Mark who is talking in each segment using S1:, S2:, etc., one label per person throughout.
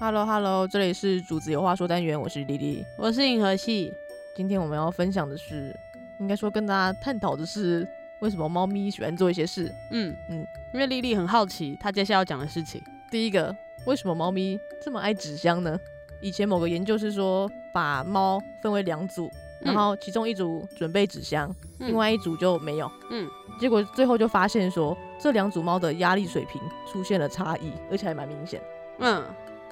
S1: Hello Hello，这里是主子有话说单元，我是莉莉。
S2: 我是银河系，
S1: 今天我们要分享的是，应该说跟大家探讨的是，为什么猫咪喜欢做一些事。
S2: 嗯
S1: 嗯
S2: 嗯，因为莉莉很好奇她接下来要讲的事情，
S1: 第一个，为什么猫咪这么爱纸箱呢？以前某个研究是说，把猫分为两组，然后其中一组准备纸箱，
S2: 嗯
S1: 另外一组就没有。
S2: 嗯，
S1: 结果最后就发现说，这两组猫的压力水平出现了差异，而且还蛮明显。
S2: 嗯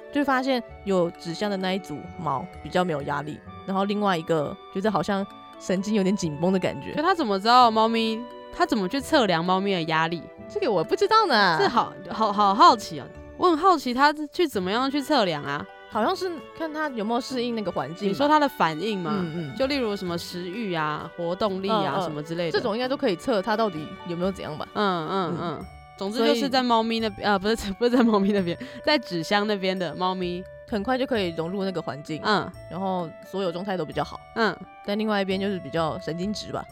S1: 就发现有纸箱的那一组毛比较没有压力，然后另外一个觉得好像神经有点紧绷的感
S2: 可
S1: 觉。
S2: 她怎么知道猫咪？她怎么去测量猫咪的压力？
S1: 这个我不知道呢，
S2: 这好好好好奇哦，我很好奇她去怎么样去测量啊？
S1: 好像是看它有没有适应那个环境吧。
S2: 你说她的反应吗？
S1: 嗯嗯，就
S2: 就例如什么食欲啊、活动力啊、
S1: 嗯嗯
S2: 什么之类的。
S1: 这，种应该都可以测它到底有没有怎样吧。
S2: 嗯嗯嗯。总之
S1: 所以
S2: 就是在猫咪那边，啊，不是不是在猫咪那边，在纸箱那边的猫咪，
S1: 很快就可以融入那个环境，
S2: 嗯
S1: 然后所有状态都比较好。
S2: 嗯
S1: 但另外一边就是比较神经质吧。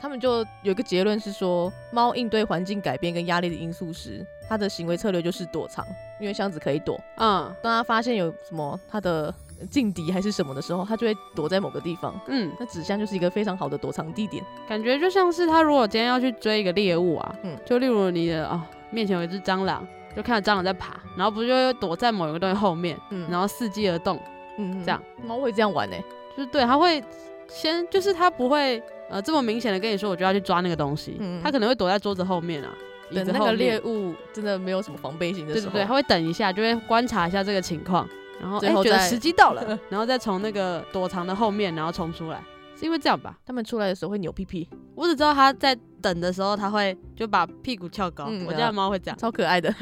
S1: 他们就有一个结论是说，猫应对环境改变跟压力的因素时，它的行为策略就是躲藏，因为箱子可以躲。
S2: 嗯
S1: 当他发现有什么他的劲敌还是什么的时候，他就会躲在某个地方。
S2: 嗯，
S1: 那纸箱就是一个非常好的躲藏地点。
S2: 感觉就像是他如果今天要去追一个猎物啊，
S1: 嗯
S2: 就例如你的哦，面前有一只蟑螂，就看到蟑螂在爬，然后不就会躲在某一个东西后面，
S1: 嗯
S2: 然后伺机而动，
S1: 嗯
S2: 这样
S1: 猫会这样玩呢、欸
S2: 就是对，他会先就是他不会呃这么明显的跟你说我就要去抓那个东西，
S1: 嗯
S2: 他可能会躲在桌子后面啊，椅
S1: 等
S2: 子
S1: 那
S2: 后
S1: 个猎
S2: 面，
S1: 物真的没有什么防备心的时
S2: 对对
S1: 候，
S2: 对，他会等一下，就会观察一下这个情况，然后
S1: 最
S2: 哎
S1: 后
S2: 觉得
S1: 再
S2: 时机到 了，然后再从那个躲藏的后面然后冲出来，是因为这样吧？
S1: 他们出来的时候会扭屁屁，
S2: 我只知道他在等的时候，他会就把屁股翘高。
S1: 嗯
S2: 我家的猫会这样。
S1: 超可爱 的。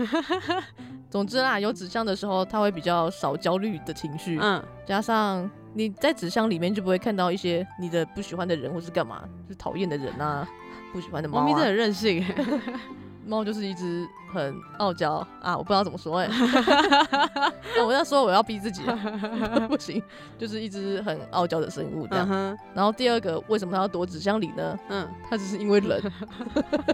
S1: 总之啦，有纸箱的时候，它会比较少焦虑的情绪，
S2: 嗯
S1: 加上你在纸箱里面就不会看到一些你的不喜欢的人或是干嘛，就是讨厌的人啊，不喜欢的猫、
S2: 猫
S1: 啊。
S2: 咪真的很任性欸，
S1: 猫就是一只很傲娇啊，我 不知道怎么说哎、欸，但我要说我要逼自己， 不行，就是一只很傲娇的生物这样
S2: 嗯。哼，
S1: 然后第二个，为什么它要躲纸箱里呢？
S2: 嗯，
S1: 它只是因为冷，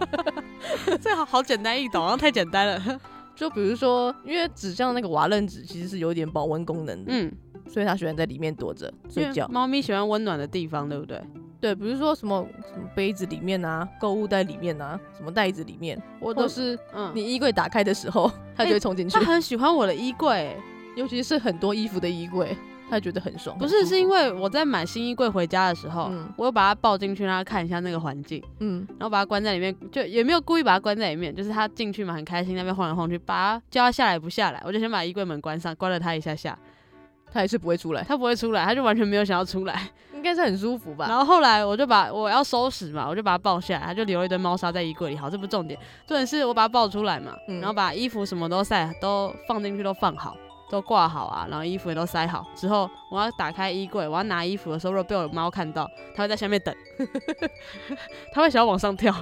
S2: 这好好简单易懂，然后太简单了，
S1: 就比如说，因为纸箱的那个瓦楞纸其实是有点保温功能的，
S2: 嗯，
S1: 所以它喜欢在里面躲着睡
S2: 因为
S1: 觉。
S2: 猫咪喜欢温暖的地方，对不对？
S1: 对，比如说什么什么杯子里面啊，购物袋里面啊，什么袋子里面，
S2: 我
S1: 或是
S2: 嗯，
S1: 你衣柜打开的时候， 它就会冲进去
S2: 它，很喜欢我的衣柜欸，
S1: 尤其是很多衣服的衣柜，它觉得很爽。
S2: 不
S1: 很
S2: 是，
S1: 舒服
S2: 是因为我在买新衣柜回家的时候
S1: 嗯，
S2: 我有把它抱进去，让它看一下那个环境，
S1: 嗯。
S2: 然后把它关在里面，就也没有故意把它关在里面，就是它进去嘛，很开心，那边晃来晃去，把它叫它下来不下来，我就先把衣柜门关上，关了它一下下，
S1: 它还是不会出来，
S2: 它不会出来，它就完全没有想要出来。
S1: 应该是很舒服吧？
S2: 然后后来我就把我要收拾嘛，我就把它抱下来，它就留了一堆猫砂在衣柜里。好，这不是重点，重点是我把它抱出来嘛，
S1: 嗯
S2: 然后把衣服什么都晒都放进去，都放好，都挂好啊，然后衣服也都塞好。之后我要打开衣柜，我要拿衣服的时候，如果被我猫看到，它会在下面等， 它会想要往上跳。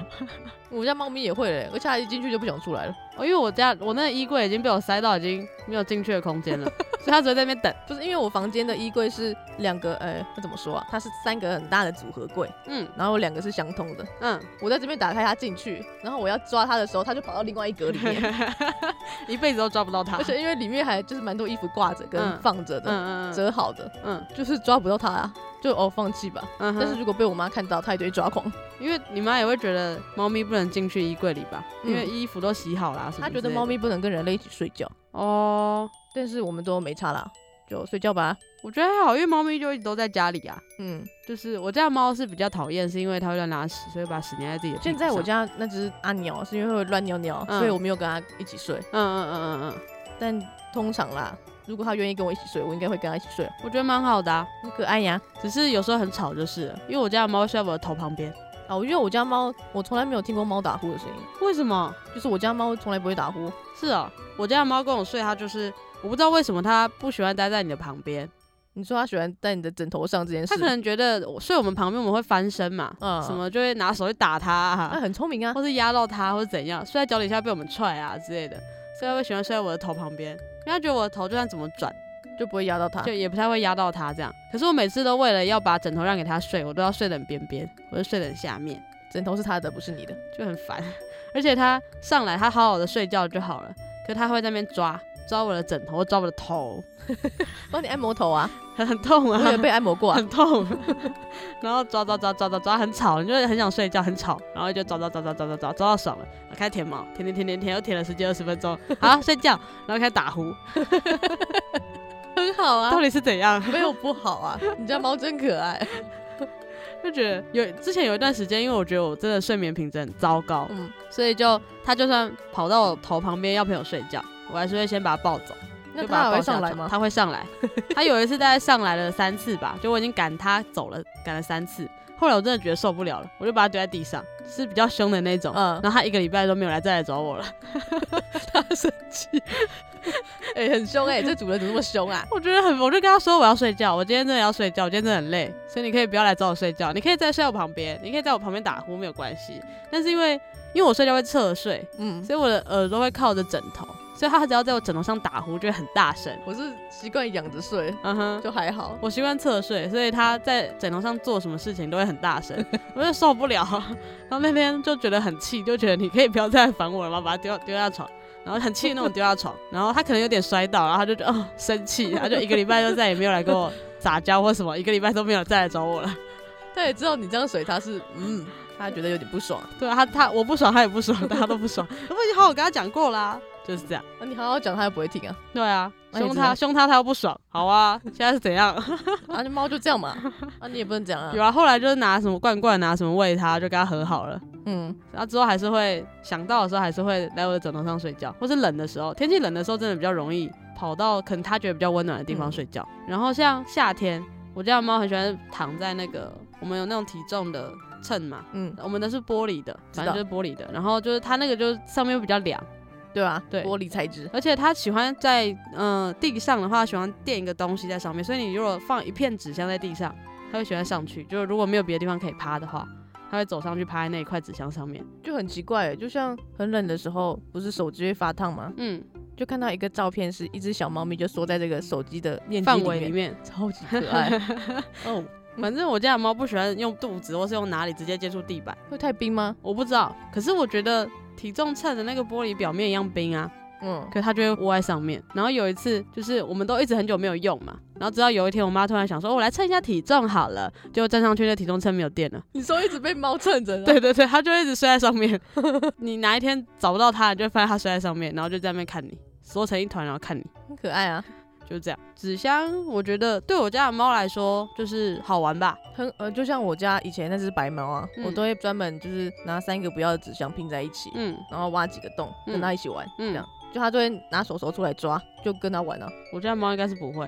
S1: 我家猫咪也会嘞，而且它一进去就不想出来了。
S2: 哦，因为我家我那个衣柜已经被我塞到已经没有进去的空间 了，所以它只会在那边等。
S1: 不是因为我房间的衣柜是两个，呃、那怎么说啊？它是三个很大的组合柜，
S2: 嗯
S1: 然后有两个是相通的。
S2: 嗯，
S1: 我在这边打开它进去，然后我要抓它的时候，它就跑到另外一 格里面。
S2: 一辈子都抓不到它。
S1: 而且因为里面还就是蛮多衣服挂着跟
S2: 嗯
S1: 放着的、
S2: 嗯嗯嗯
S1: 折好的，
S2: 嗯
S1: 就是抓不到它啊，就哦放弃吧。
S2: 嗯哼，
S1: 但是如果被我妈看到，她一定会抓狂。
S2: 因为你妈也会觉得猫咪不能进去衣柜里吧，
S1: 嗯
S2: 因为衣服都洗好啊啦什么
S1: 她
S2: 之
S1: 觉
S2: 类的。
S1: 得猫咪不能跟人类一起睡觉，
S2: 哦，
S1: 但是我们都没差啦，就睡觉吧。
S2: 我觉得还好，因为猫咪就一直都在家里啊。
S1: 嗯，
S2: 就是我家的猫是比较讨厌，是因为它会乱拉屎，所以把屎粘在自己的屁
S1: 现
S2: 股
S1: 在我
S2: 上，
S1: 家那只阿鸟是因为会乱尿尿，
S2: 嗯
S1: 所以我没有跟它一起睡。
S2: 嗯嗯嗯嗯嗯，
S1: 但通常啦，如果它愿意跟我一起睡，我应该会跟它一起睡，
S2: 我觉得蛮好的、啊，
S1: 很可爱呀。
S2: 只是有时候很吵就是了，因为我家的猫睡在我的头旁边。
S1: 啊，我因为我家猫，我从来没有听过猫打呼的声音，
S2: 为什么？
S1: 就是我家猫从来不会打呼。
S2: 是哦，我家的猫跟我睡，它就是我不知道为什么它不喜欢待在你的旁边，
S1: 你说它喜欢在你的枕头上这件事
S2: 它，可能觉得我睡我们旁边我们会翻身嘛，
S1: 嗯
S2: 什么就会拿手去打它、啊
S1: 它、。很聪明啊，
S2: 或是压到它，或是怎样，睡在脚底下被我们踹啊之类的，所以它会喜欢睡在我的头旁边，因为它觉得我的头就算怎么转，
S1: 就不会压到它
S2: 就。也不太会压到它这样。可是我每次都为了要把枕头让给它睡，我都要睡得很边边，我就睡得很下面，
S1: 枕头是它的，不是你的。
S2: 就很烦。而且它上来，它好好的睡觉就好了，可它会在那边抓。抓我的枕头，抓我的头，
S1: 帮你按摩头啊，
S2: 很痛
S1: 我
S2: 啊，
S1: 也被按摩过 啊。
S2: 很痛，然后抓抓抓抓抓抓，很吵，你就会很想睡觉，很吵，然后就抓抓抓抓抓抓抓，抓到爽了，然后开始舔毛，舔舔舔舔舔，又舔了十几二十分 钟，好睡觉，然后开始打呼，
S1: 很好啊
S2: 到底是怎样？
S1: 没有不好啊。你家猫真可 爱。
S2: 就觉得有之前有一段时间，因为我觉得我真的睡眠品质很糟糕，
S1: 嗯，
S2: 所以就它就算跑到我头旁边要陪我睡觉，我还是会先把它抱走。
S1: 那
S2: 就把
S1: 它还
S2: 抱
S1: 会
S2: 下
S1: 上来
S2: 床
S1: 吗？
S2: 它会上 来，它有一次大概上来了三次吧，就我已经赶它走了，赶了三次。后来我真的觉得受不了了，我就把它丢在地上，是比较凶的那种。
S1: 嗯，
S2: 然后它一个礼拜都没有来再来找我了，
S1: 它生气。 哎、很凶哎、这主人怎么那么凶啊？
S2: 我觉得很，我就跟他说我要睡觉，我今天真的要睡觉，我今天真的很累，所以你可以不要来找我睡觉，你可以再睡我旁边，你可以在我旁边打呼没有关系，但是因为因为我睡觉会侧睡，
S1: 嗯，
S2: 所以我的耳朵会靠着枕头，所以他只要在我枕头上打呼就会很大声，
S1: 我是习惯仰着睡，
S2: 嗯哼，
S1: 就还好。
S2: 我习惯侧睡，所以他在枕头上做什么事情都会很大声， 我就受不了。 然后那天就觉得很气，就觉得你可以不要再来烦我了吗？把它丢丢下床，然后很气那种丢下床。然后他可能有点摔倒，然后他就觉得哦生气，他就一个礼拜就再也没有来跟我杂交或什么，一个礼拜都没有再来找我了。
S1: 它也知道你这样水，它是嗯，它觉得有点不爽。
S2: 对啊，他他我不爽，他也不爽，大家都不爽。 我已经好好跟他讲过啦，就是这样。
S1: 那、啊你好好讲，它又不会听啊。
S2: 对啊，
S1: 那你
S2: 凶
S1: 知道
S2: 他凶他，他又不爽。好啊，现在是怎样？
S1: 啊，那猫就这样嘛，啊，你也不能讲啊。
S2: 有啊，后来就是拿什么罐罐，拿什么喂他，就跟他和好了。
S1: 嗯，
S2: 然后之后还是会想到的时候，还是会来我的枕头上睡觉，或是冷的时候，天气冷的时候真的比较容易跑到可能他觉得比较温暖的地方
S1: 嗯
S2: 睡觉。然后像夏天，我家的猫很喜欢躺在那个我们有那种体重的秤嘛，
S1: 嗯，
S2: 我们的是玻璃的，
S1: 知道
S2: 反正就是玻璃的，然后就是它那个就是上面会比较凉，
S1: 对啊，
S2: 对
S1: 玻璃材质，
S2: 而且它喜欢在嗯、呃地上的话，喜欢垫一个东西在上面，所以你如果放一片纸箱在地上，它会喜欢上去。就是如果没有别的地方可以趴的话，它会走上去趴在那一块纸箱上面。
S1: 就很奇怪欸。就像很冷的时候，不是手机会发烫吗？
S2: 嗯，
S1: 就看到一个照片，是一只小猫咪就缩在这个手机的面积
S2: 范
S1: 里
S2: 围里
S1: 面，
S2: 面。
S1: 超级可爱。哦，
S2: 反正我家的猫不喜欢用肚子或是用哪里直接接触地板，
S1: 会太冰吗？
S2: 我不知道。可是我觉得体重秤的那个玻璃表面一样冰啊，
S1: 嗯，
S2: 可它就会窝在上面。然后有一次就是我们都一直很久没有用嘛，然后直到有一天我妈突然想说，哦我来称一下体重好了，结果站上去那体重秤没有电 了。
S1: 你说一直被猫蹭着，
S2: 对，对对，它就一直睡在上面。你哪一天找不到它，你就会发现它睡在上面，然后就在那边看你，缩成一团然后看你。
S1: 很 可爱啊，
S2: 就是这样，纸箱我觉得对我家的猫来说就是好玩吧，
S1: 很呃，就像我家以前那只白猫啊，
S2: 嗯
S1: 我都会专门就是拿三个不要的纸箱拼在一起，
S2: 嗯，
S1: 然后挖几个洞
S2: 嗯
S1: 跟它一起玩，
S2: 嗯
S1: 这样就它就会拿手手出来抓，就跟它玩啊。
S2: 我家的猫应该是不会。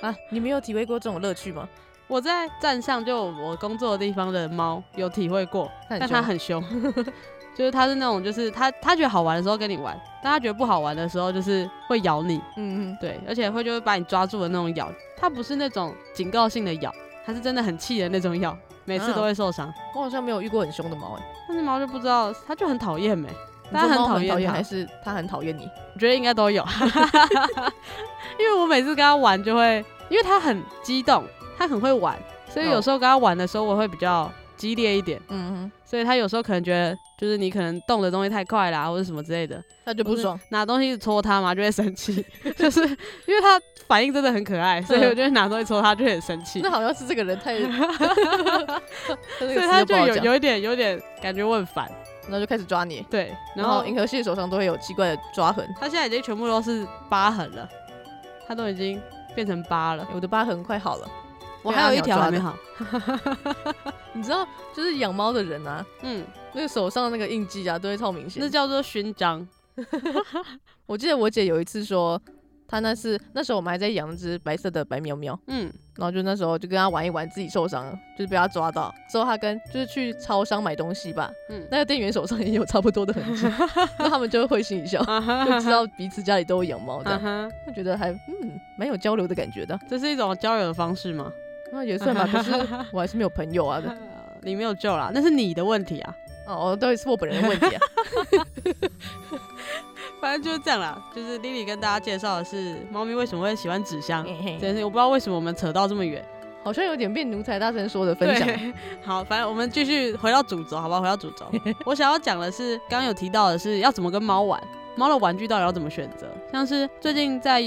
S1: 啊，你没有体会过这种乐趣吗？
S2: 我在站上就我工作的地方的猫有体会过，
S1: 那你
S2: 但
S1: 说
S2: 它很凶， 就是它是那种就是它它觉得好玩的时候跟你玩，但它觉得不好玩的时候就是会咬你，
S1: 嗯嗯，
S2: 对，而且会就会把你抓住的那种咬，它不是那种警告性的咬，它是真的很气的那种咬，每次都会受伤。
S1: 我好像没有遇过很凶的猫哎、
S2: 但是猫就不知道，它就很讨厌呗，
S1: 你
S2: 大家
S1: 说
S2: 很
S1: 猫
S2: 讨
S1: 很
S2: 厌
S1: 讨厌
S2: 它
S1: 还是它很讨厌你？
S2: 我觉得应该都有， 因为我每次跟它玩就会，因为它很激动，它很会玩，所以有
S1: 哦
S2: 时候跟它玩的时候我会比较激烈一点。
S1: 嗯嗯，
S2: 所以他有时候可能觉得，就是你可能动的东西太快啦，或者什么之类的，
S1: 它就不爽。，
S2: 拿东西戳他嘛，就会生气， 就是因为他反应真的很可爱，所以我就会拿东西戳他，就会很生气
S1: 那，好像是这个人 太，所
S2: 所以他就有
S1: 然
S2: 有一点有点感觉我很烦，
S1: 后就开始抓你，
S2: 对，然
S1: 然
S2: 后
S1: 后银河系手上都会有奇怪的抓痕，欸
S2: 他现在已经全部都是疤痕了，他都已经变成疤了，
S1: 我的疤痕快好了，
S2: 我
S1: 被
S2: 还有
S1: 阿
S2: 一
S1: 鸟
S2: 条
S1: 抓
S2: 还没
S1: 的
S2: 好，
S1: 你知道，就是养猫的人啊，
S2: 嗯，
S1: 那个手上那个印记啊，都会超明显
S2: 那。叫做勋章，
S1: 我记得我姐有一次说，她那是那时候我们还在养那只白色的白喵喵，
S2: 嗯，
S1: 然后就那时候就跟她玩一玩，自己受伤了，就是被她抓到之后，她跟就是去超商买东西吧，
S2: 嗯
S1: 那个店员手上也有差不多的 痕迹，那他们就会会心一笑，
S2: 啊哈
S1: 就知道彼此家里都有养猫
S2: 啊
S1: 的，
S2: 哈，
S1: 就觉得还嗯蛮有交流的感觉的，
S2: 这是一种交友的方式吗？
S1: 那也算吧。可
S2: 啊
S1: 是我还是没有朋友啊，
S2: 呃你没有救啦，那是你的问题啊。
S1: 哦，对，是我本人的问题 啊。
S2: 反正就是这样啦，就是 Lily 跟大家介绍的是猫咪为什么会喜欢纸箱，
S1: 嘿嘿
S2: 真是我不知道为什么我们扯到这么远。
S1: 好像有点变奴才大声说的分享，
S2: 对，好，反正我们继续回到主轴，好吧？回到主轴，我想要讲的是，刚刚有提到的是要怎么跟猫玩。猫的玩具到底要怎么选择？像是最近在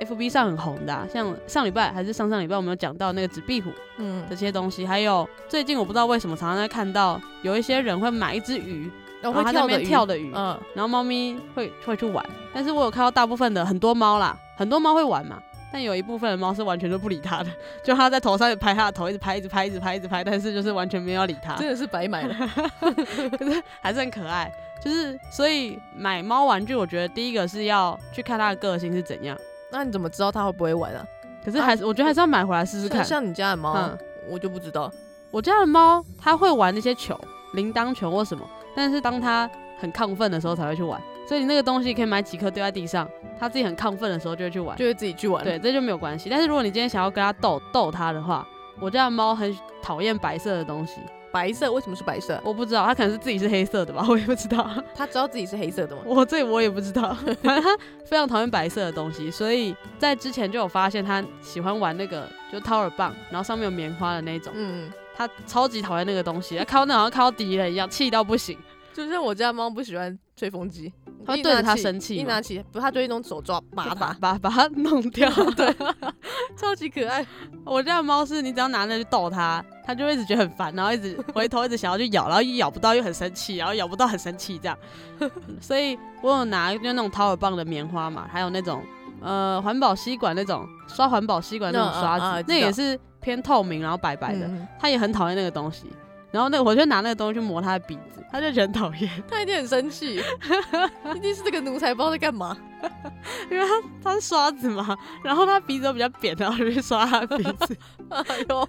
S2: FB 上很红的、啊，像上礼拜还是上上礼拜，我们有讲到那个纸壁虎
S1: 嗯
S2: 这，些东西，还有最近我不知道为什么常常在看到有一些人会买一只鱼，
S1: 然
S2: 然后它啊在那边跳
S1: 哦的
S2: 的鱼
S1: 鱼，，嗯，
S2: 然后猫咪会会去玩。但是我有看到大部分的很多猫啦，很多猫会玩嘛，但有一部分的猫是完全就不理它的， 就它在头上一直拍它的头，一直拍，一直拍，一直拍，一直拍，但是就是完全没有要理它。
S1: 真的是白买了。
S2: 可是还是很可爱。就是所以买猫玩具，我觉得第一个是要去看它的个性是怎样，
S1: 那你怎么知道它会不会玩啊？啊
S2: 可是还是、我觉得还是要买回来试试
S1: 像
S2: 看。
S1: 像你家的猫，
S2: 嗯
S1: 我就不知道。
S2: 我家的猫它会玩那些球，铃铛球或什么，但是当它很亢奋的时候才会去玩。所以你那个东西可以买几颗丢在地上，它自己很亢奋的时候就会去玩。
S1: 就会自己去玩。
S2: 对，，这就没有关系。但是如果你今天想要跟它斗斗它的话，我家的猫很讨厌白色的东西，
S1: 白色为什么是白色？
S2: 我不知道它可能是自己是黑色的吧， 我也不知道。
S1: 它知道自己是黑色的吗？
S2: 我这我也不知道， 反正他非常讨厌白色的东西，所以在之前就有发现他喜欢玩那个就掏耳棒，然后上面有棉花的那种，
S1: 嗯，
S2: 他超级讨厌那个东西，他 看到那好像看到敌人一样，气到不 行。
S1: 就是我家猫不喜欢吹风机，
S2: 它会
S1: 一
S2: 对着
S1: 拿
S2: 它
S1: 起
S2: 生气
S1: 一
S2: 吗
S1: 拿起不，它就会用手抓 拔
S2: 把
S1: 它，
S2: 把把它弄掉。 对，
S1: 超级可爱。
S2: 我家的猫是你只要拿那去逗它，它就会一直觉得很烦，然后一直回头一直想要去咬，然后咬不到又很生气，然后咬不到很生气这样。 所以我有拿就那种掏耳棒的棉花嘛，还有那种呃环保吸管那种刷环保吸管那种
S1: 嗯
S2: 刷
S1: 嗯
S2: 子，
S1: 嗯知
S2: 那
S1: 道
S2: 也是偏透明然后白白的，
S1: 嗯，
S2: 它也很讨厌那个东西。然后那个我就拿那个东西去磨它的鼻子，它就觉得很讨厌，
S1: 它一定很生气，一定是这个奴才不知道在干嘛。
S2: 因为它它是刷子嘛， 然后它鼻子又比较扁，然后我就去刷它的鼻子。
S1: 哎呦，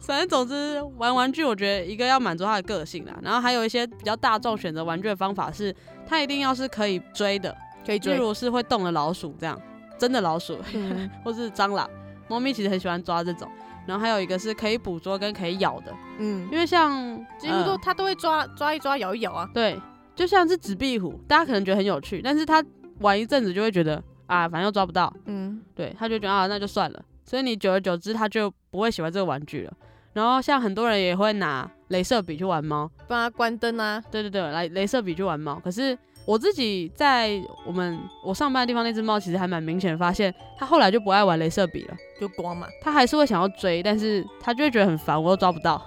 S2: 反正总之，玩玩具，我觉得一个要满足他的个性啦，然后还有一些比较大众选择玩具的方法是，它一定要是可以追的，
S1: 可以
S2: 例
S1: 追。
S2: 如是会动的老鼠这样，真的老鼠，
S1: 嗯，
S2: 或是蟑螂。猫咪其实很喜欢抓这种，然后还有一个是可以捕捉跟可以咬的，
S1: 嗯，
S2: 因为像
S1: 几乎都
S2: 呃
S1: 它都会抓抓一抓，咬一咬啊。
S2: 对，就像是纸壁虎，大家可能觉得很有趣，但是它玩一阵子就会觉得啊，反正又抓不到，
S1: 嗯，
S2: 对，他就觉得啊，那就算了。所以你久而久之，他就不会喜欢这个玩具了。然后像很多人也会拿镭射笔去玩猫，
S1: 帮它关灯啊。
S2: 对对对，来镭射笔去玩猫。可是我自己在我们我上班的地方那只猫，其实还蛮明显地发现，它后来就不爱玩镭射笔了。
S1: 就光嘛，
S2: 它还是会想要追，但是它就会觉得很烦，我又抓不到。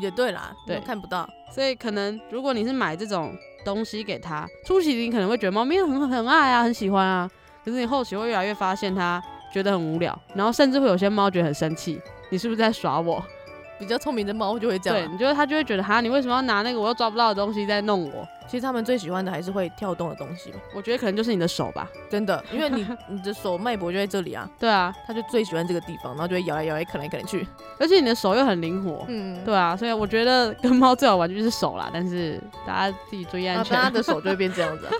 S1: 也对啦，
S2: 对
S1: 又看不到，
S2: 所以可能如果你是买这种东西给它，初期你可能会觉得猫咪很很爱啊，很喜欢啊，可是你后期会越来越发现它觉得很无聊，然后甚至会有些猫觉得很生气，你是不是在耍我？
S1: 比较聪明的猫就会这
S2: 对，
S1: 样啊。
S2: 你就它就会觉得哈，你为什么要拿那个我又抓不到的东西在弄我？
S1: 其实它们最喜欢的还是会跳动的东西嘛，
S2: 我觉得可能就是你的手吧。
S1: 真 的，因为你你的手脉搏就在这里啊，
S2: 对啊，
S1: 它就最喜欢这个地方，然后就会摇来摇来，啃来啃来去。
S2: 而且你的手又很灵活。
S1: 嗯，
S2: 对啊，所以我觉得跟猫最好玩就是手啦，但是大家自己注意安
S1: 啊，
S2: 全。
S1: 大家的手就会变这 样子啊、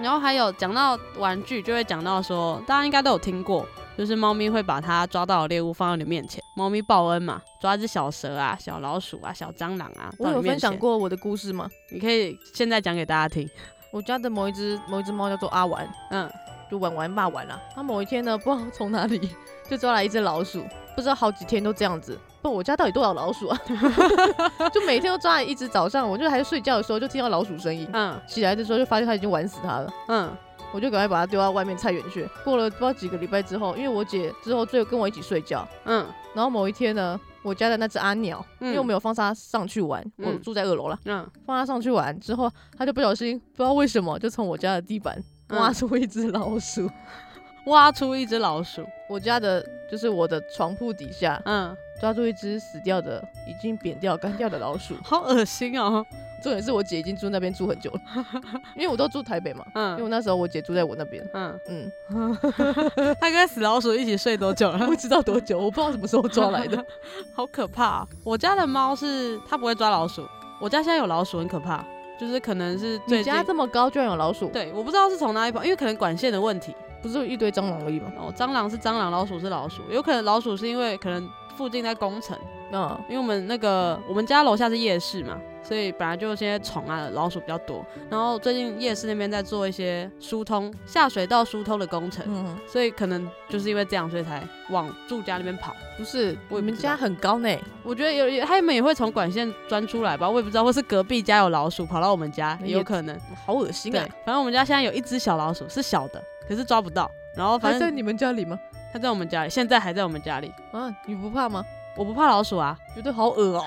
S2: 然后还有讲到玩具，就会讲到说，大家应该都有听过，就是猫咪会把它抓到的猎物放到你面前，猫咪报恩嘛，抓一只小蛇啊、小老鼠啊、小蟑螂啊，
S1: 我
S2: 到
S1: 哦有
S2: 你面
S1: 分享
S2: 前。
S1: 过我的故事吗？
S2: 你可以现在讲给大家听。
S1: 我家的某一只某一只猫叫做阿丸，
S2: 嗯，
S1: 就玩玩骂玩啦、它某一天呢，不知道从哪里 就抓来一只老鼠，不知道好几天都这样子。不，我家到底多少老鼠 啊？ 就每天都抓来一只，早上我就还在睡觉的时候就听到老鼠声音，
S2: 嗯
S1: 起来的时候就发现它已经玩死它了。
S2: 嗯
S1: 我就赶快把它丢到外面菜园去。过了不知道几个礼拜之后，因为我姐之后最后跟我一起睡觉，
S2: 嗯
S1: 然后某一天呢，我家的那只阿鸟，
S2: 嗯
S1: 因为我没有放它上去玩，我
S2: 嗯
S1: 住在二楼啦，
S2: 嗯，
S1: 放它上去玩之后，它就不小心不知道为什么就从我家的地板
S2: 嗯
S1: 挖出一只老鼠。
S2: 挖出一只老鼠。
S1: 我家的就是我的床铺底下
S2: 嗯，
S1: 抓住一只死掉的、已经扁掉、干掉的老 鼠。
S2: 好恶心哦。
S1: 重点是我姐已经住那边住很久了， 因为我都住台北嘛，因为
S2: 嗯
S1: 我那时候我姐住在我那边，
S2: 嗯，
S1: 嗯，
S2: 它跟死老鼠一起睡多久了？
S1: 不知道多久，我不知道什么时候抓来的。
S2: 好可怕、啊我家的猫是它不会抓老鼠，我家现在有老鼠很可怕，就是可能是
S1: 你
S2: 最近
S1: 家这么高居然有老鼠？
S2: 对，我不知道是从哪里跑，因为可能管线的问题。
S1: 不是有一堆蟑螂而已吗？
S2: 哦，蟑螂是蟑螂，老鼠是老鼠，有可能老鼠是因为可能附近在工程，
S1: 嗯，
S2: 因为我们那个我们家楼下是夜市嘛，所以本来就现在虫啊老鼠比较多。然后最近夜市那边在做一些疏通下水道疏通的工程，
S1: 嗯，
S2: 所以可能就是因为这样，所以才往住家那边跑。
S1: 不是，
S2: 我
S1: 我
S2: 也
S1: 们
S2: 不知道
S1: 家很高呢，
S2: 我觉得有有他们也会从管线钻出来吧，我也不知道，或是隔壁家有老鼠跑到我们家
S1: 那
S2: 也
S1: 也
S2: 有可能。
S1: 好恶心
S2: 对
S1: 啊！，
S2: 反正我们家现在有一只小老鼠，是小的，可是抓不到。然后
S1: 还
S2: 反
S1: 在
S2: 正
S1: 你们家里吗？
S2: 它在我们家里，现在还在我们家里。
S1: 啊，你不怕吗？
S2: 我不怕老鼠啊，
S1: 觉得好恶哦、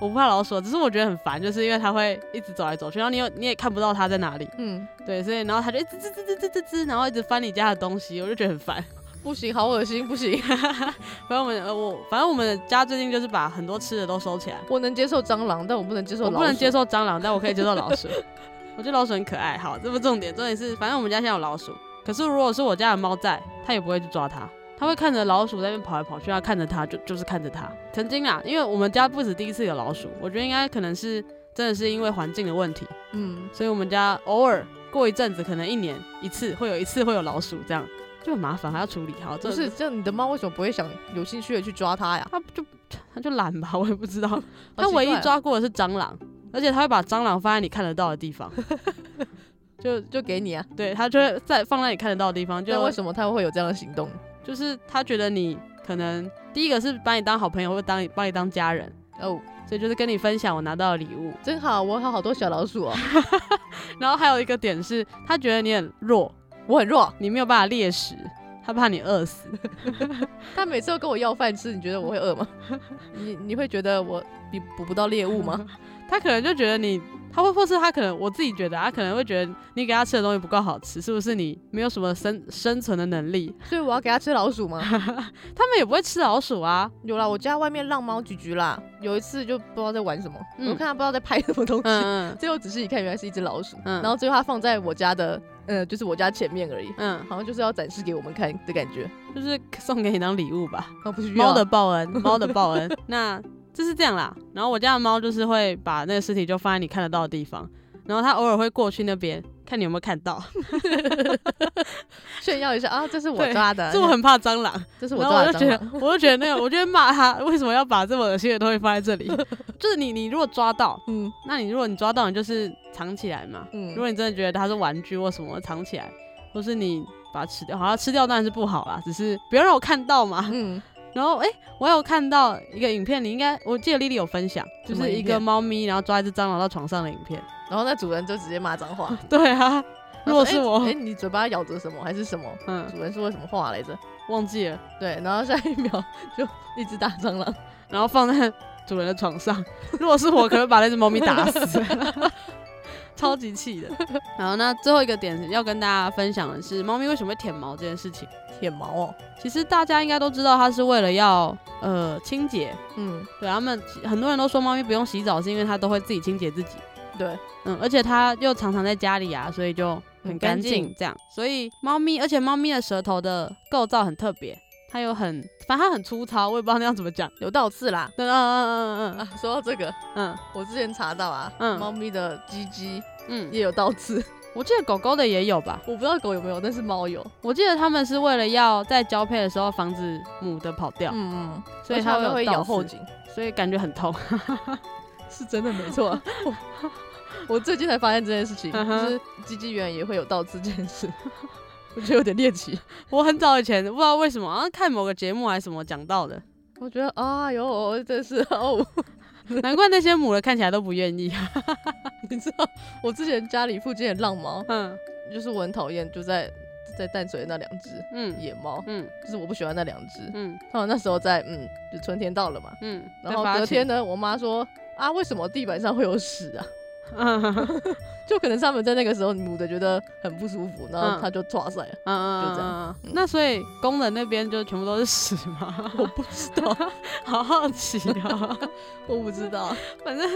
S2: 我不怕老鼠，只是我觉得很烦，就是因为它会一直走来走去，然后你有你也看不到它在哪里，
S1: 嗯，
S2: 对，所以然后它就一直吱吱吱吱吱吱，然后一直翻你家的东西，我就觉得很烦。
S1: 不行，好恶心，不行，
S2: 反正我们呃我反正我们家最近就是把很多吃的都收起来，
S1: 我能接受蟑螂，但我不能接受
S2: 我
S1: 老鼠，
S2: 不能接受蟑螂，但我可以接受老鼠。我觉得老鼠很可爱。好，这不重点，重点是反正我们家现在有老鼠，可是如果是我家的猫在，它也不会去抓它。它会看着老鼠在那边跑来跑去，它看着它就就是看着它。曾经啊，因为我们家不止第一次有老鼠，我觉得应该可能是真的是因为环境的问题，
S1: 嗯，
S2: 所以我们家偶尔过一阵子，可能一年一次会有一次会有老鼠，这样就很麻烦，还要处理。好，这
S1: 不是，这样你的猫为什么不会想有兴趣的去抓它呀？
S2: 它就它就懒吧，我也不知道。
S1: 好
S2: 它
S1: 奇
S2: 唯一
S1: 怪哦
S2: 抓过的是蟑螂，而且它会把蟑螂放在你看得到的地方，就
S1: 就给你啊，
S2: 对它就会在放在你看得到的地方，
S1: 那
S2: 就
S1: 为什么它会有这样的行动？
S2: 就是它觉得你可能第一个是把你当好朋友，或者当你把你当家人，
S1: 哦，
S2: 所以就是跟你分享我拿到的礼物。
S1: 真好，我有好多小老鼠哦，
S2: 然后还有一个点是，它觉得你很弱，
S1: 我很弱，
S2: 你没有办法猎食，它怕你饿死。
S1: 它每次都跟我要饭吃，你觉得我会饿 吗？你你会觉得我比捕不到猎物 吗？
S2: 他可能就觉得你，他会或是他可能我自己觉得啊，他可能会觉得你给他吃的东西不够好吃，是不是你没有什么生生存的能力？
S1: 所以我要给它吃老鼠吗？
S2: 他们也不会吃老鼠啊，
S1: 有啦，我家外面浪猫橘橘啦，有一次就不知道在玩什么，
S2: 嗯
S1: 我看它不知道在拍什么东西，
S2: 嗯
S1: 最后仔细一看，原来是一只老鼠，
S2: 嗯
S1: 然后最后它放在我家的，呃，就是我家前面而已，
S2: 嗯
S1: 好像就是要展示给我们看的感觉。
S2: 嗯，就是送给你当礼物吧，
S1: 啊，不需要
S2: 猫的报恩，猫的报恩。那就是这样啦。然后我家的猫就是会把那个尸体就放在你看得到的地方，然后它偶尔会过去那边看你有没有看到。
S1: 炫耀一下 啊，这是我
S2: 对
S1: 抓的，
S2: 这我很怕蟑螂，
S1: 这是我
S2: 然后
S1: 抓
S2: 我
S1: 的
S2: 就觉
S1: 蟑
S2: 得
S1: 螂。，
S2: 我就觉得那个，我就会骂他为什么要把这么恶心的东西放在这 里？就是你，你如果抓到，
S1: 嗯
S2: 那你如果你抓到，你就是藏起来嘛。如
S1: 嗯，
S2: 果你真的觉得它是玩具或什么，藏起来，或是你把它吃掉，好像吃掉当然是不好啦，只是不要让我看到嘛。
S1: 嗯，
S2: 然后诶，我有看到一个影片，你应该我记得丽丽有分享，就
S1: 什么
S2: 是一
S1: 影
S2: 个
S1: 片
S2: 猫咪然后抓一只蟑螂到床上的影 片。
S1: 然后那主人就直接骂脏 话。
S2: 对啊，如果是我，
S1: 哎、诶你嘴巴咬着什么还是什么？
S2: 嗯，
S1: 主人说了什么话来着？
S2: 忘记了，
S1: 对，然后下一秒 就一只大蟑螂，
S2: 然后放在主人的床上。 如果是我，可能把那只猫咪打 死，超级气的。然后那最后一个点要跟大家分享的是，猫咪为什么会舔毛这件事情。
S1: 舔毛哦。
S2: 其实大家应该都知道，它是为了要呃清洁。
S1: 嗯，
S2: 对，他们很多人都说猫咪不用洗澡，是因为它都会自己清洁自己。
S1: 对，
S2: 嗯，而且它又常常在家里啊，所以就很
S1: 很
S2: 干
S1: 干净
S2: 净这样。所以猫咪，而且猫咪的舌头的构造很特别，它有很，反正它很粗糙，我也不知道那样怎么讲。
S1: 有倒刺啦。
S2: 嗯嗯
S1: 啊
S2: 嗯，
S1: 说到这个，
S2: 嗯嗯
S1: 我之前查到啊，
S2: 嗯
S1: 猫咪的鸡鸡
S2: 嗯嗯，
S1: 也有倒刺，
S2: 我记得狗狗的也有吧？
S1: 我不知道狗有没有，但是猫有。
S2: 我记得它们是为了要在交配的时候防止母的跑掉，
S1: 嗯嗯，
S2: 所以
S1: 而且
S2: 它
S1: 们
S2: 有
S1: 会
S2: 倒
S1: 咬后
S2: 刺，
S1: 颈，
S2: 所以感觉很痛。
S1: 是真的没 错啊、我我最近才发现这件事情，
S2: 嗯
S1: 就
S2: 哼
S1: 是鸡鸡原来也会有倒刺这件事， 我觉得有点猎奇。
S2: 我很早以前不知道为什么，好像看某个节目还是什么讲到 的，
S1: 我觉得啊哟，真是哦，
S2: 难怪那些母的看起来都不愿意。
S1: 你知道我之前家里附近的浪猫，
S2: 嗯
S1: 就是我很讨厌，就在在淡水的那两只
S2: 嗯
S1: 野猫，
S2: 嗯
S1: 就是我不喜欢那两只。
S2: 嗯
S1: 他们那时候在嗯，就春天到了嘛，
S2: 嗯，
S1: 然后隔天呢，我妈说啊，为什么地板上会有屎啊？
S2: 嗯， 嗯嗯
S1: 就可能是他们在那个时候母的觉得很不舒服，然
S2: 嗯
S1: 后它就抓塞了。
S2: 嗯，
S1: 就这样
S2: 嗯。那所以工人那边就全部都是屎吗？
S1: 我不知道，
S2: 好好奇哦。
S1: 我不知道。
S2: 反正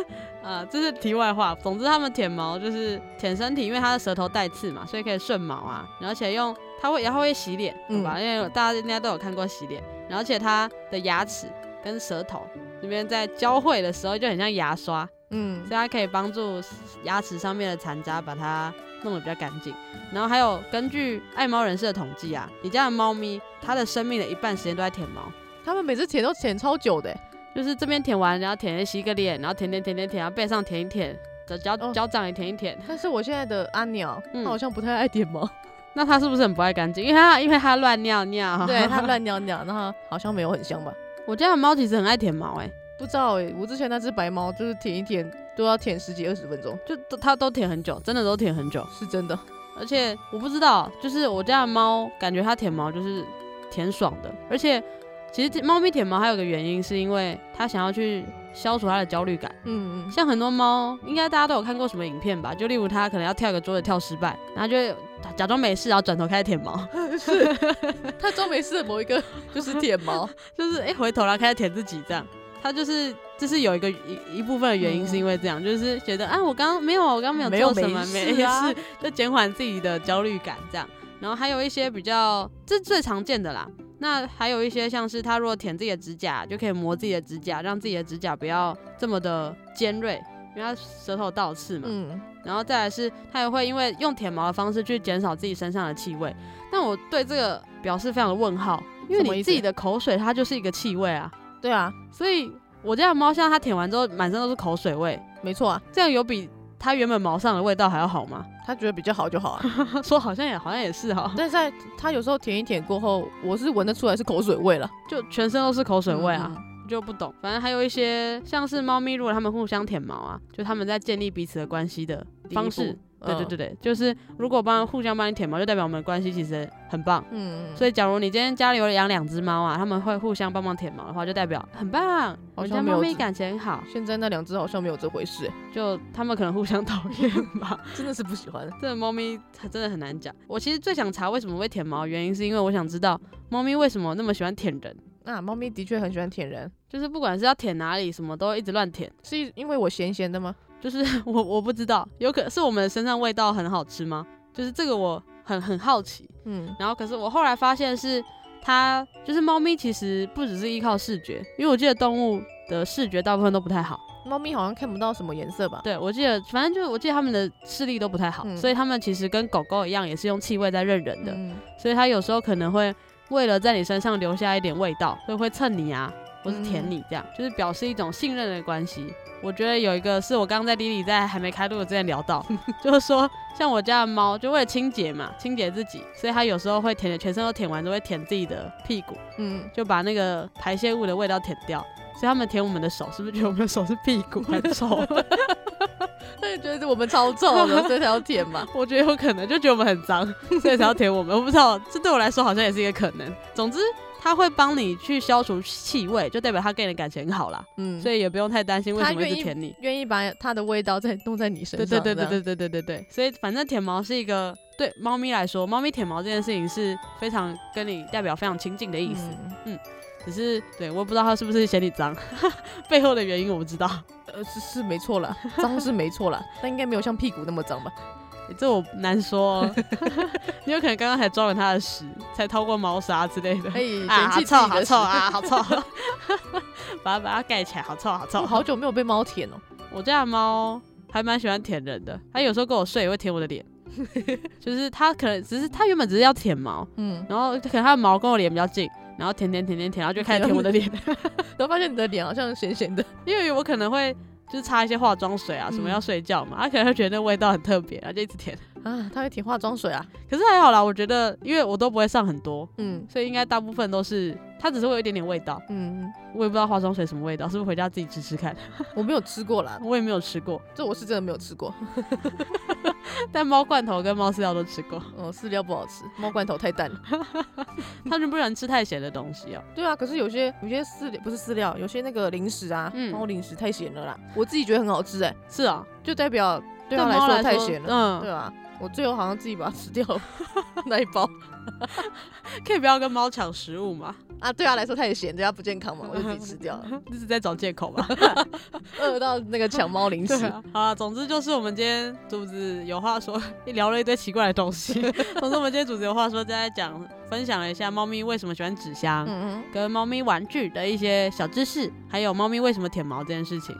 S2: 啊，这是题外话。总之，他们舔毛就是舔身体，因为它的舌头带刺嘛，所以可以顺毛啊。然后而且用它会，然后会洗脸，对
S1: 嗯
S2: 吧？因为大家应该都有看过洗脸。然后而且它的牙齿跟舌头那边在交汇的时候就很像牙刷，
S1: 嗯
S2: 所以它可以帮助牙齿上面的残渣把它弄得比较干净。然后还有根据爱猫人士的统计啊，你家的猫咪它的生命的一半时间都在舔毛，
S1: 他们每次舔都舔超久的欸，
S2: 就是这边舔完，然后舔洗个脸，然后舔舔舔舔舔，然后背上舔一舔，脚脚
S1: 哦
S2: 脚掌也舔一舔。
S1: 但是我现在的阿鸟，
S2: 嗯
S1: 他好像不太爱舔 毛，
S2: 那他是不是很不爱干净？因为他因为他乱尿尿。
S1: 对他乱尿尿，然后好像没有很香吧？
S2: 我家的猫其实很爱舔毛、欸，
S1: 不知道哎、我之前那只白猫就是舔一舔都要舔十几二十分钟，
S2: 就都它都舔很久，真的都舔很久。
S1: 是真的。
S2: 而且我不知道，就是我家的猫，感觉它舔毛就是舔爽的。而且其实猫咪舔毛还有个原因，是因为它想要去消除它的焦虑感。
S1: 嗯嗯，
S2: 像很多猫，应该大家都有看过什么影片吧？就例如它可能要跳一个桌子跳失败，然后就会假装没事，然后转头开始舔毛，
S1: 他装没事的某一个就是舔毛，
S2: 就是哎、诶回头然后开始舔自己这样。它就是就是有一个一一部分的原因是因为这样，就是觉得啊我刚刚没有啊我刚刚没
S1: 嗯没有
S2: 有做什么
S1: 没事啊
S2: 就减缓自己的焦虑感这样。然后还有一些比较这是最常见的啦。那还有一些像是它如果舔自己的指甲，就可以磨自己的指甲，让自己的指甲不要这么的尖锐，因为它舌头倒刺嘛。
S1: 嗯，
S2: 然后再来是，它也会因为用舔毛的方式去减少自己身上的气味。但我对这个表示非常的问号，因为
S1: 什么意
S2: 你
S1: 思
S2: 自己的口水它就是一个气味啊，
S1: 对啊，
S2: 所以我家的猫像它舔完之后满身都是口水味，
S1: 没错啊，
S2: 这样有比它原本毛上的味道还要好吗？
S1: 他觉得比较好就好 啊。
S2: 他说好像也好像也是哦哈，
S1: 但是在他有时候舔一舔过后，我是闻得出来是口水味了，
S2: 就全身都是口水味啊。
S1: 嗯。
S2: 就不懂。反正还有一些像是猫咪，如果它们互相舔毛啊，就它们在建立彼此的关系的
S1: 嗯
S2: 方式。对对对
S1: 对，
S2: 对，就是如果帮互相帮你舔毛，就代表我们的关系其实很棒。
S1: 嗯，
S2: 所
S1: 以
S2: 以，假如你今天家里有养两只猫啊，它们会互相帮忙舔毛的话，就代表很棒，
S1: 好
S2: 我们家
S1: 像没
S2: 猫
S1: 有
S2: 咪
S1: 这
S2: 感情很好。
S1: 现在那两只好像没有这回事、欸，
S2: 就它们可能互相 讨厌吧。
S1: 真的是不喜欢。
S2: 这个猫咪它真的很难讲。我其实最想查为什么会舔毛，原因是因为我想知道猫咪为什么那么喜欢舔人，
S1: 啊，猫咪的确很喜欢舔人，
S2: 就是不管是要舔哪里，什么都一直乱舔。
S1: 是因为我咸咸的吗？
S2: 就是 我我不知道，有可是我们身上味道很好吃吗？就是这个我很很好奇。
S1: 嗯，
S2: 然后可是我后来发现是它，就是猫咪其实不只是依靠视觉，因为我记得动物的视觉大部分都不太好。
S1: 猫咪好像看不到什么颜色吧？
S2: 对我记得，反正就是我记得它们的视力都不太好，
S1: 嗯
S2: 所以它们其实跟狗狗一样，也是用气味在认人的。
S1: 嗯，
S2: 所以它有时候可能会为了在你身上留下一点味道，所以会蹭你啊，或是舔你，这样、就是表示一种信任的关系。我觉得有一个是我刚刚在丽丽在还没开录之前聊到，就是说像我家的猫，就为了清洁嘛，清洁自己，所以它有时候会舔，全身都舔完，都会舔自己的屁股，
S1: 嗯，
S2: 就把那个排泄物的味道舔掉。所以它们舔我们的手，是不是觉得我们的手是屁股很 臭？
S1: 他也觉得我们超臭 的，所以才要舔嘛。
S2: 我觉得有可能，就觉得我们很脏，所以才要舔我们。我不知道，这对我来说好像也是一个可能。总之，它会帮你去消除气味，就代表它跟你的感情很好啦，
S1: 嗯，
S2: 所
S1: 以
S2: 以也不用太担心为什么一直舔你。
S1: 愿意把它的味道再弄在你身
S2: 对
S1: 上。
S2: 对对对
S1: 这样
S2: 对对对对对，所以反正舔毛是一个对猫咪来说，猫咪舔毛这件事情是非常跟你代表非常亲近的意思。
S1: 嗯
S2: 只是对我也不知道它是不是嫌你脏， 背后的原因我不知道，
S1: 呃，是是没错啦，脏是没错啦，但应该没有像屁股那么脏吧？
S2: 这我难说、哦。 你有可能刚刚才抓了它的屎，才掏过猫砂之类的。
S1: 哎，
S2: 啊，
S1: 嫌
S2: 好
S1: 弃自
S2: 臭，
S1: 己
S2: 好
S1: 的
S2: 臭
S1: 屎！
S2: 啊，好臭！ 把它把它盖起来，好臭，好臭。
S1: 我好久没有被猫舔哦。
S2: 我家的猫还蛮喜欢舔人的，它有时候跟我睡也会舔我的脸， 就是它可能只是它原本只是要舔毛，
S1: 嗯，
S2: 然后可能它的毛跟我脸比较近，然后舔舔舔舔舔，然后就开始舔我的脸，
S1: 然后发现你的脸好像咸咸的。
S2: 因为我可能会。就是擦一些化妆水啊，什么
S1: 嗯
S2: 要睡觉嘛，它可能会觉得那味道很特别，然后就一直舔。
S1: 啊，它会舔化妆水啊。
S2: 可是还好啦，我觉得因为我都不会上很多，
S1: 嗯
S2: 所以应该大部分都是它只是会有一点点味道，
S1: 嗯，
S2: 我也不知道化妆水什么味道，是不是回家自己吃吃看？
S1: 我没有吃过啦，
S2: 我也没有吃过，
S1: 这我是真的没有吃过。
S2: 但猫罐头跟猫饲料都 吃过。
S1: 嗯，饲料不好吃，猫罐头太淡了。
S2: 它们不能吃太咸的东西哦、
S1: 对啊，可是有些有些饲料不是饲料，有些那个零食啊，
S2: 嗯
S1: 猫零食太咸了啦。我自己觉得很好吃哎、
S2: 是啊、
S1: 就代表对他
S2: 猫
S1: 来说
S2: 说
S1: 太咸了，对
S2: 嗯，
S1: 啊，我最后好像自己把它吃掉了 那一包
S2: 可以不要跟猫抢食物嘛，
S1: 啊，对他来说太咸，对他不健康嘛，我就自己吃掉了，
S2: 这是在找借口 吧？
S1: 饿到那个抢猫零食
S2: 对。啊，好啊，总之就是我们今天主子有话说，聊了一堆奇怪的东 西。总之我们今天主子有话说，在讲分享了一下猫咪为什么喜欢纸箱。
S1: 嗯
S2: 跟猫咪玩具的一些小知识，还有猫咪为什么舔毛这件事情。